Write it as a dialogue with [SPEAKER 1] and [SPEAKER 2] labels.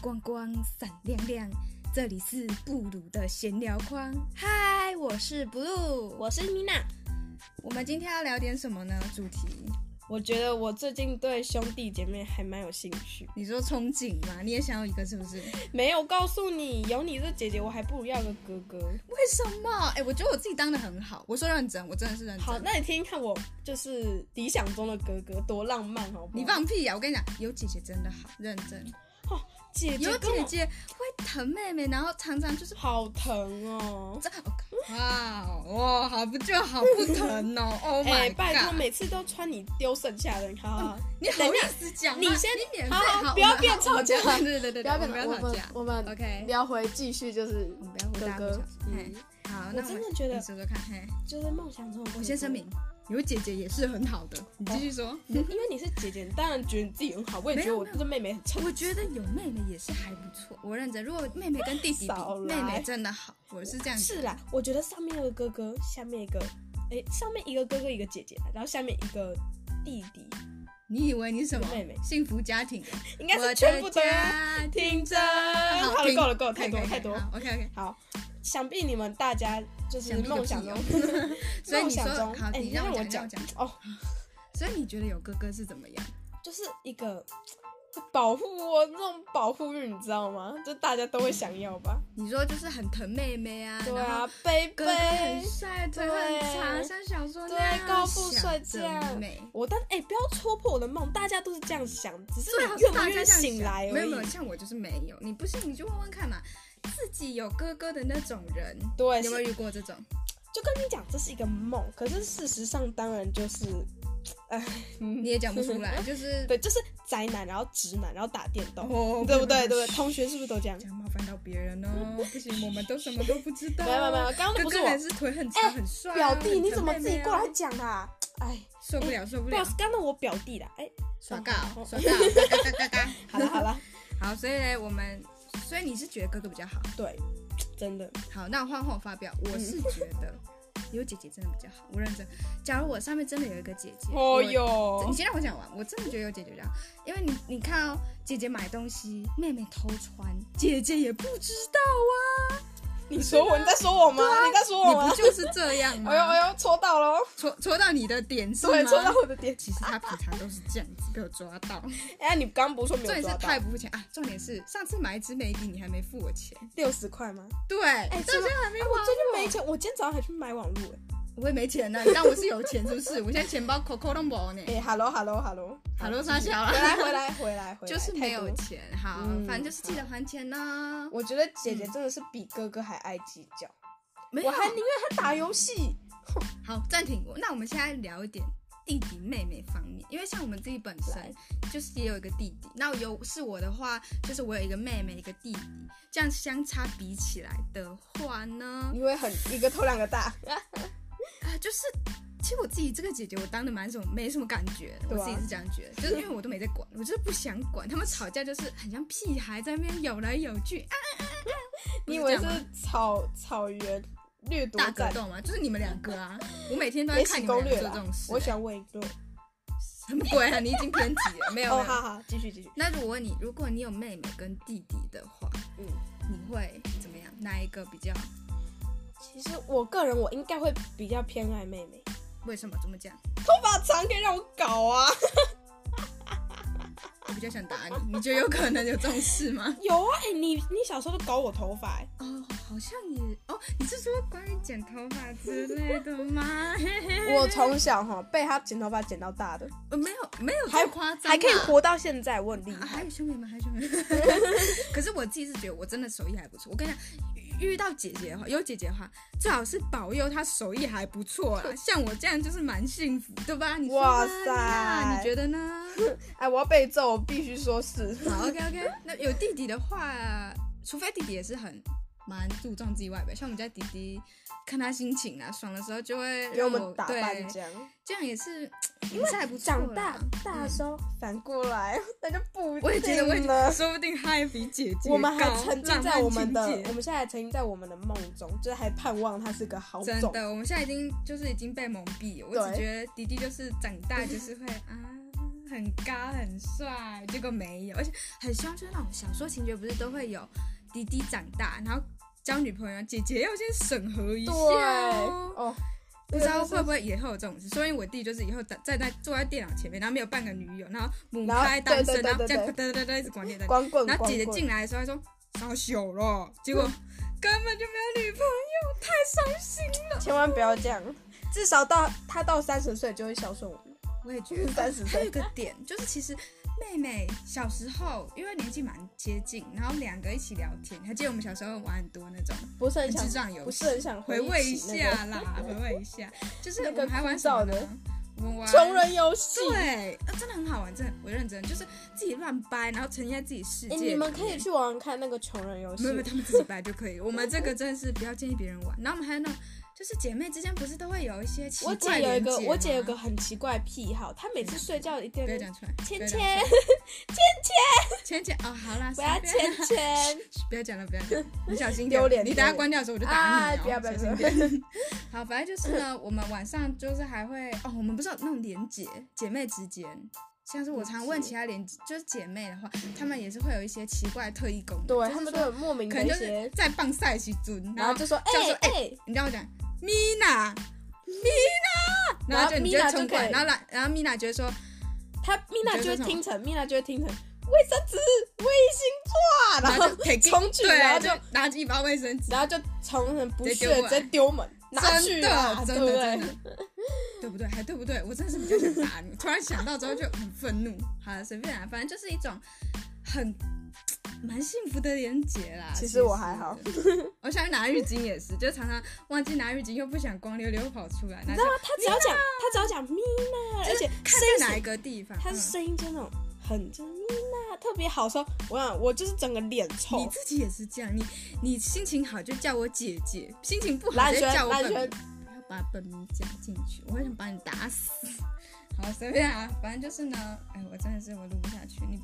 [SPEAKER 1] 光光，闪亮亮。这里是布鲁的闲聊框，嗨，我是布鲁。
[SPEAKER 2] 我是米娜。
[SPEAKER 1] 我们今天要聊点什么呢？主题？
[SPEAKER 2] 我觉得我最近对兄弟姐妹还蛮有兴趣。
[SPEAKER 1] 你说憧憬嘛？你也想要一个是不是？
[SPEAKER 2] 没有告诉你，有你这姐姐，我还不如要个哥哥。
[SPEAKER 1] 为什么？哎、我觉得我自己当的很好。我说认真，我真的是认真。
[SPEAKER 2] 好，那你听听看我就是理想中的哥哥多浪漫，哦好不好？
[SPEAKER 1] 你放屁呀、啊我跟你讲，有姐姐真的好，认真。
[SPEAKER 2] 姐姐
[SPEAKER 1] 有
[SPEAKER 2] 跟我
[SPEAKER 1] 姐姐会疼妹妹，然后常常就是
[SPEAKER 2] 好疼哦。
[SPEAKER 1] 这，哦哇哦哇，好不就好不疼哦 ？Oh
[SPEAKER 2] 哎、
[SPEAKER 1] my
[SPEAKER 2] 拜托，
[SPEAKER 1] god！
[SPEAKER 2] 每次都穿你丢剩下的，你看啊，
[SPEAKER 1] 你好意思讲吗？
[SPEAKER 2] 你先
[SPEAKER 1] 你免费
[SPEAKER 2] 好好
[SPEAKER 1] 好，
[SPEAKER 2] 不要
[SPEAKER 1] 我们
[SPEAKER 2] 变
[SPEAKER 1] 好
[SPEAKER 2] 吵架
[SPEAKER 1] 我们 对对对对，
[SPEAKER 3] 不要
[SPEAKER 1] 我
[SPEAKER 3] 跟
[SPEAKER 1] 们不要吵架。
[SPEAKER 3] 我们我们
[SPEAKER 1] OK
[SPEAKER 3] 聊回继续就是
[SPEAKER 1] 我们不要互
[SPEAKER 3] 哥
[SPEAKER 1] 打互
[SPEAKER 3] 哥
[SPEAKER 1] 小。嗯
[SPEAKER 2] 嗯，
[SPEAKER 1] 好，那们
[SPEAKER 2] 我真的觉得
[SPEAKER 1] 你说说看，嘿，
[SPEAKER 2] 就是梦想中的哥哥
[SPEAKER 1] 我先声明，，有姐姐也是很好的。你继续说，
[SPEAKER 2] 因为你是姐姐，你当然觉得你自己很好，我也觉得我
[SPEAKER 1] 没有没有
[SPEAKER 2] 这妹妹很称
[SPEAKER 1] 我觉得有妹妹也是还不错。我认真，如果妹妹跟弟弟
[SPEAKER 2] 少
[SPEAKER 1] 比，妹
[SPEAKER 2] 来
[SPEAKER 1] 妹真的好，我是这样
[SPEAKER 2] 是
[SPEAKER 1] 子。
[SPEAKER 2] 啦，我觉得上面一个哥哥，下面一个，哎、上面一个哥哥一个姐姐，然后下面一个弟弟，
[SPEAKER 1] 你以为你什么
[SPEAKER 2] 有妹妹
[SPEAKER 1] 幸福家庭啊？应
[SPEAKER 2] 应该是全部都
[SPEAKER 1] 家
[SPEAKER 2] 听真。
[SPEAKER 1] 好
[SPEAKER 2] 好了，
[SPEAKER 1] 听
[SPEAKER 2] 够了，够了，
[SPEAKER 1] 可以
[SPEAKER 2] 太多
[SPEAKER 1] 可以
[SPEAKER 2] 太多。
[SPEAKER 1] OK OK，
[SPEAKER 2] 好，想必你们大家就是
[SPEAKER 1] 想必个
[SPEAKER 2] 梦想
[SPEAKER 1] 屁
[SPEAKER 2] 中
[SPEAKER 1] 哦， 所以
[SPEAKER 2] 梦
[SPEAKER 1] 你说
[SPEAKER 2] 想中
[SPEAKER 1] 好，，
[SPEAKER 2] 哎、
[SPEAKER 1] 你
[SPEAKER 2] 你
[SPEAKER 1] 让
[SPEAKER 2] 让
[SPEAKER 1] 我
[SPEAKER 2] 我
[SPEAKER 1] 讲
[SPEAKER 2] 讲
[SPEAKER 1] 你让我
[SPEAKER 2] 哦，
[SPEAKER 1] 所以你觉得有哥哥是怎么样？
[SPEAKER 2] 就是一个保护我那种保护欲，你知道吗？就大家都会想要吧？
[SPEAKER 1] 你说就是很疼妹妹啊，
[SPEAKER 2] 对
[SPEAKER 1] 然后
[SPEAKER 2] 啊，贝
[SPEAKER 1] 哥
[SPEAKER 2] 贝
[SPEAKER 1] 哥。很帅，腿很
[SPEAKER 2] 对
[SPEAKER 1] 长，像小说
[SPEAKER 2] 对啊
[SPEAKER 1] 那样
[SPEAKER 2] 高富帅
[SPEAKER 1] 想
[SPEAKER 2] 这
[SPEAKER 1] 得
[SPEAKER 2] 样
[SPEAKER 1] 美。
[SPEAKER 2] 我但哎、不要戳破我的梦，大家都是这样想，只是
[SPEAKER 1] 最好
[SPEAKER 2] 你
[SPEAKER 1] 啊是
[SPEAKER 2] 愿不
[SPEAKER 1] 大家
[SPEAKER 2] 愿意
[SPEAKER 1] 这样
[SPEAKER 2] 醒
[SPEAKER 1] 想
[SPEAKER 2] 来
[SPEAKER 1] 没
[SPEAKER 2] 而
[SPEAKER 1] 有
[SPEAKER 2] 已
[SPEAKER 1] 没有，。像我就是没有。你不信你就问问看嘛，自己有哥哥的那种人，
[SPEAKER 2] 对，
[SPEAKER 1] 有
[SPEAKER 2] 是
[SPEAKER 1] 没有遇过这种？
[SPEAKER 2] 就跟你讲，这是一个梦，可是事实上当然就是，哎，
[SPEAKER 1] 你
[SPEAKER 2] 你
[SPEAKER 1] 也讲不出来，就是
[SPEAKER 2] 对，就是宅男，然后直男，然后打电动，
[SPEAKER 1] 哦
[SPEAKER 2] 对不对？对不对？同学是不是都这 样
[SPEAKER 1] 这？样冒犯到别人哦，不行，我们都什么都不知道。
[SPEAKER 2] 没有没有没有，刚刚
[SPEAKER 1] 哥
[SPEAKER 2] 那
[SPEAKER 1] 啊
[SPEAKER 2] 不是
[SPEAKER 1] 哥
[SPEAKER 2] 我
[SPEAKER 1] 还是腿很长很帅啊。
[SPEAKER 2] 表
[SPEAKER 1] 很
[SPEAKER 2] 弟，你
[SPEAKER 1] 疼
[SPEAKER 2] 怎么
[SPEAKER 1] 妹
[SPEAKER 2] 自
[SPEAKER 1] 妹
[SPEAKER 2] 己
[SPEAKER 1] 啊
[SPEAKER 2] 过来讲啊？哎，
[SPEAKER 1] 受不了受不
[SPEAKER 2] 不
[SPEAKER 1] 了
[SPEAKER 2] 要，，刚刚我表弟啦，哎，
[SPEAKER 1] 耍尬哦耍尬哦，嘎嘎嘎嘎嘎。
[SPEAKER 2] 好了好了，
[SPEAKER 1] 好，所以呢，我们，所以你是觉得哥哥比较好。
[SPEAKER 2] 对，真的，
[SPEAKER 1] 好，那换换我发表，我是觉得有姐姐真的比较好。我认真，假如我上面真的有一个姐姐，
[SPEAKER 2] 哦
[SPEAKER 1] 我
[SPEAKER 2] 哟
[SPEAKER 1] 你，先让我讲完，我真的觉得有姐姐比较好，因为你你看哦，姐姐买东西，妹妹偷穿，姐姐也不知道啊
[SPEAKER 2] 你说我，你在说我吗？你在说我
[SPEAKER 1] 啊，你
[SPEAKER 2] 吗
[SPEAKER 1] 不？就是这样吗？
[SPEAKER 2] 哎呦哎呦，戳到了哦，
[SPEAKER 1] 戳戳到你的点是吗？
[SPEAKER 2] 对，戳到。我的点。
[SPEAKER 1] 其实他平常都是这样子被我抓 到，
[SPEAKER 2] 哎，你刚刚不是说
[SPEAKER 1] 重
[SPEAKER 2] 没
[SPEAKER 1] 点
[SPEAKER 2] 有
[SPEAKER 1] 是
[SPEAKER 2] 抓
[SPEAKER 1] 他也
[SPEAKER 2] 到
[SPEAKER 1] 不付钱啊。重点是上次买一支眉笔你还没付我钱，
[SPEAKER 2] 六十块吗？
[SPEAKER 1] 对，
[SPEAKER 2] 哎
[SPEAKER 1] 哎，到
[SPEAKER 2] 是
[SPEAKER 1] 现
[SPEAKER 2] 吗
[SPEAKER 1] 在还没
[SPEAKER 2] 哎
[SPEAKER 1] 还
[SPEAKER 2] 我最近
[SPEAKER 1] 我
[SPEAKER 2] 没钱，我今天早上还去买网络。
[SPEAKER 1] 我也没钱 呢、你当我是有钱是不是？我现在钱包扣扣都没呢。
[SPEAKER 2] 哎，hello hello hello，
[SPEAKER 1] 好都刷小
[SPEAKER 2] 回
[SPEAKER 1] 了，
[SPEAKER 2] 来回来回来回来，
[SPEAKER 1] 就是
[SPEAKER 2] 太
[SPEAKER 1] 没
[SPEAKER 2] 多
[SPEAKER 1] 有
[SPEAKER 2] 了。
[SPEAKER 1] 钱。好，
[SPEAKER 2] 嗯
[SPEAKER 1] 反正就是记得还钱呢。
[SPEAKER 2] 我觉得姐
[SPEAKER 1] 嗯
[SPEAKER 2] 姐真的是比哥哥还爱计较，
[SPEAKER 1] 没有
[SPEAKER 2] 我还宁愿她打游戏。
[SPEAKER 1] 好暂停。那我们现在聊一点弟弟妹妹方面，因为像我们自己本身
[SPEAKER 2] 来
[SPEAKER 1] 就是也有一个弟弟。那有是我的话，就是我有一个妹妹，一个弟弟，这样相差比起来的话呢，
[SPEAKER 2] 因为很一个头两个大，
[SPEAKER 1] 啊、就是。其实我自己这个姐姐，我当的蛮什么，没什么感觉，我
[SPEAKER 2] 对啊
[SPEAKER 1] 自己是这样觉得，就是因为我都没在管，我就是不想管，他们吵架就是很像屁孩在那边有来有去，啊不
[SPEAKER 2] 你以
[SPEAKER 1] 这
[SPEAKER 2] 为
[SPEAKER 1] 样
[SPEAKER 2] 是
[SPEAKER 1] 吗
[SPEAKER 2] 草草原掠夺
[SPEAKER 1] 大格
[SPEAKER 2] 战？
[SPEAKER 1] 斗嘛，就是你们两个啊！我每天都在
[SPEAKER 2] 也
[SPEAKER 1] 看
[SPEAKER 2] 许
[SPEAKER 1] 你
[SPEAKER 2] 攻
[SPEAKER 1] 们两
[SPEAKER 2] 略
[SPEAKER 1] 个做
[SPEAKER 2] 啦
[SPEAKER 1] 这种，事、
[SPEAKER 2] 我喜欢魏若。
[SPEAKER 1] 什么鬼啊！你已经偏激了，没有。没
[SPEAKER 2] 哦，
[SPEAKER 1] 有
[SPEAKER 2] 好好，继续继续。
[SPEAKER 1] 那如果你如果你有妹妹跟弟弟的话，
[SPEAKER 2] 嗯，
[SPEAKER 1] 你会怎么样？哪一个比较？
[SPEAKER 2] 其实我个人我应该会比较偏爱妹妹，
[SPEAKER 1] 为什么这么讲？
[SPEAKER 2] 头发长可以让我搞啊。
[SPEAKER 1] 我比较想打你，你觉得有可能有这种事 吗？
[SPEAKER 2] 有啊，哎、你你小时候都搞我头发、哎
[SPEAKER 1] 哦，好像也哦，你是说关于剪头发之类的吗？嘿嘿
[SPEAKER 2] 我从小哈被她剪头发剪到大的，
[SPEAKER 1] 呃没有没有
[SPEAKER 2] 还
[SPEAKER 1] 太夸张啊，
[SPEAKER 2] 还可以活到现在，我很厉
[SPEAKER 1] 啊
[SPEAKER 2] 害
[SPEAKER 1] 还。有兄弟吗？还有兄 弟。可是我自己是觉得我真的手艺还不错。我跟你讲，遇遇到姐姐的话，有姐姐的话，最好是保佑她手艺还不错 啦。像我这样就是蛮幸福，对吧？你说
[SPEAKER 2] 哇
[SPEAKER 1] 呢
[SPEAKER 2] 塞
[SPEAKER 1] 你觉得呢？
[SPEAKER 2] 哎，我要被揍，我必须说 是。
[SPEAKER 1] 好，OK OK。那有弟弟的话，除非弟弟也是很。蛮注重自己外表，像我们家弟弟，看他心情啊，爽的时候就会
[SPEAKER 2] 给我
[SPEAKER 1] 让
[SPEAKER 2] 们打
[SPEAKER 1] 对
[SPEAKER 2] 扮，这样。
[SPEAKER 1] 这样也是，因为还不错啦
[SPEAKER 2] 长大大的时候，反过来 那就不一定了。
[SPEAKER 1] 我也觉 得，我也觉得，说不定他也比姐姐
[SPEAKER 2] 我们还
[SPEAKER 1] 高
[SPEAKER 2] 沉浸
[SPEAKER 1] 浪
[SPEAKER 2] 在
[SPEAKER 1] 漫
[SPEAKER 2] 我们
[SPEAKER 1] 情
[SPEAKER 2] 的，
[SPEAKER 1] 节
[SPEAKER 2] 我们现在还沉浸在我们的梦中，就是还盼望他是个好
[SPEAKER 1] 真
[SPEAKER 2] 种。
[SPEAKER 1] 的，我们现在已经就是已经被蒙蔽了。我
[SPEAKER 2] 对
[SPEAKER 1] 只觉得迪迪就是长大就是会啊，很很高很帅，结果没有，而且很希望就是那种小说情节不是都会有弟弟长大，然后交女朋友，姐姐要先审核一下、哦。
[SPEAKER 2] 哦，
[SPEAKER 1] 不知道会不会以后有这种事，所以我弟就是以后在在在坐在电脑前面，然后没有半个女友，然后母
[SPEAKER 2] 然后
[SPEAKER 1] 胎单身，
[SPEAKER 2] 对对对
[SPEAKER 1] 然后这样
[SPEAKER 2] 对
[SPEAKER 1] 哒哒哒哒一直光电单
[SPEAKER 2] 光棍，
[SPEAKER 1] 然后姐姐
[SPEAKER 2] 光棍
[SPEAKER 1] 进来的时候还说烧朽了，结果根本就没有女朋友，太伤心了。
[SPEAKER 2] 千万不要这样，至少到他到三十岁就会孝顺我们。
[SPEAKER 1] 我也觉得
[SPEAKER 2] 30岁
[SPEAKER 1] 还有一个点就是，其实妹妹小时候因为年纪蛮接近，然后两个一起聊天，还记得我们小时候玩很多那种
[SPEAKER 2] 不是很
[SPEAKER 1] 智
[SPEAKER 2] 想，
[SPEAKER 1] 障游
[SPEAKER 2] 不
[SPEAKER 1] 戏
[SPEAKER 2] 是，很想
[SPEAKER 1] 回味
[SPEAKER 2] 味
[SPEAKER 1] 一
[SPEAKER 2] 起那个
[SPEAKER 1] 下啦，回味一下。就是
[SPEAKER 2] 那
[SPEAKER 1] 我
[SPEAKER 2] 个
[SPEAKER 1] 们还玩什么
[SPEAKER 2] 枯燥
[SPEAKER 1] 呢
[SPEAKER 2] 的？
[SPEAKER 1] 我们玩
[SPEAKER 2] 穷。人游戏。
[SPEAKER 1] 对，那、真的很好玩，真的，我认真，就是自己乱掰，然后沉浸在自己世界
[SPEAKER 2] 哎，
[SPEAKER 1] 里面。
[SPEAKER 2] 你们可以去玩玩看那个穷人游戏
[SPEAKER 1] 没有，没有，他们自己掰就可 以。我们这个真的是不要建议别人玩。然后我们还有那种，就是姐妹之间不是都会有一些奇
[SPEAKER 2] 我
[SPEAKER 1] 怪
[SPEAKER 2] 姐有一个，
[SPEAKER 1] 连结
[SPEAKER 2] 我姐有
[SPEAKER 1] 吗
[SPEAKER 2] 个很奇怪的癖好，她每次睡觉一定
[SPEAKER 1] 不要
[SPEAKER 2] 要
[SPEAKER 1] 讲出来，
[SPEAKER 2] 芊
[SPEAKER 1] 不要讲
[SPEAKER 2] 芊
[SPEAKER 1] 出来芊芊哦，好啦，
[SPEAKER 2] 不要
[SPEAKER 1] 随便
[SPEAKER 2] 芊芊，
[SPEAKER 1] 不要讲了，不要讲了，你小心一
[SPEAKER 2] 丢脸
[SPEAKER 1] 点。你等下
[SPEAKER 2] 丢脸
[SPEAKER 1] 关掉的时候我就打 你、哦
[SPEAKER 2] 啊不要不要
[SPEAKER 1] 小心一 点。好，反正就是 呢，我们晚上就是还会哦，我们不是有那种连姐姐妹之间，像是我常问其他连就是姐妹的话，她们也是会有一些奇怪的特异功能，
[SPEAKER 2] 嗯对
[SPEAKER 1] 就是
[SPEAKER 2] 他们都
[SPEAKER 1] 说
[SPEAKER 2] 有莫名
[SPEAKER 1] 可
[SPEAKER 2] 的
[SPEAKER 1] 能就
[SPEAKER 2] 一
[SPEAKER 1] 是
[SPEAKER 2] 些，
[SPEAKER 1] 在棒赛期尊，
[SPEAKER 2] 然后就说
[SPEAKER 1] 叫
[SPEAKER 2] 哎
[SPEAKER 1] 说
[SPEAKER 2] 哎，
[SPEAKER 1] 你知道我讲 Mina Mina，然
[SPEAKER 2] 然
[SPEAKER 1] 后
[SPEAKER 2] 后
[SPEAKER 1] 就你
[SPEAKER 2] Mina
[SPEAKER 1] 就
[SPEAKER 2] 就
[SPEAKER 1] 冲过来，
[SPEAKER 2] 可以
[SPEAKER 1] 然后来，然后 Mina 就会说
[SPEAKER 2] 她
[SPEAKER 1] 你
[SPEAKER 2] Mina
[SPEAKER 1] 觉
[SPEAKER 2] 就
[SPEAKER 1] 得是
[SPEAKER 2] 会听成，Mina 就会听成卫生纸、卫星座，啊然后
[SPEAKER 1] 就 take it，
[SPEAKER 2] 冲去
[SPEAKER 1] 对，
[SPEAKER 2] 然后就
[SPEAKER 1] 拿起一包卫生纸，
[SPEAKER 2] 然后就从很不
[SPEAKER 1] 直接
[SPEAKER 2] 屑
[SPEAKER 1] 丢过
[SPEAKER 2] 直
[SPEAKER 1] 来
[SPEAKER 2] 接丢门，拿去
[SPEAKER 1] 真的
[SPEAKER 2] 啦，
[SPEAKER 1] 真的
[SPEAKER 2] 对不
[SPEAKER 1] 真
[SPEAKER 2] 对？
[SPEAKER 1] 的，对不对？还对不对？我真的是比较想打你，突然想到之后就很愤怒。好了，随便啦，反正就是一种很蛮幸福的连结啦。
[SPEAKER 2] 其
[SPEAKER 1] 其
[SPEAKER 2] 实我还好，
[SPEAKER 1] 我想拿浴巾也是，就常常忘记拿浴巾，又不想光溜溜跑出来，
[SPEAKER 2] 你
[SPEAKER 1] 那
[SPEAKER 2] 知
[SPEAKER 1] 就
[SPEAKER 2] 道吗？他只要讲，他只要讲 Mina，而且
[SPEAKER 1] 看
[SPEAKER 2] 声音
[SPEAKER 1] 在哪一个地方，
[SPEAKER 2] 他
[SPEAKER 1] 嗯
[SPEAKER 2] 声音就那种很就是娜特别好说，我想我就是整个脸
[SPEAKER 1] 你
[SPEAKER 2] 臭，
[SPEAKER 1] 自己也是这样，你你心情好就叫我姐姐，心情不好
[SPEAKER 2] 蓝
[SPEAKER 1] 就
[SPEAKER 2] 轩
[SPEAKER 1] 叫我
[SPEAKER 2] 蓝
[SPEAKER 1] 本名，
[SPEAKER 2] 轩
[SPEAKER 1] 不要把本名加进去，我会想把你 打死。好，随便啊，反正就是呢，哎，我真的是我录不下去，你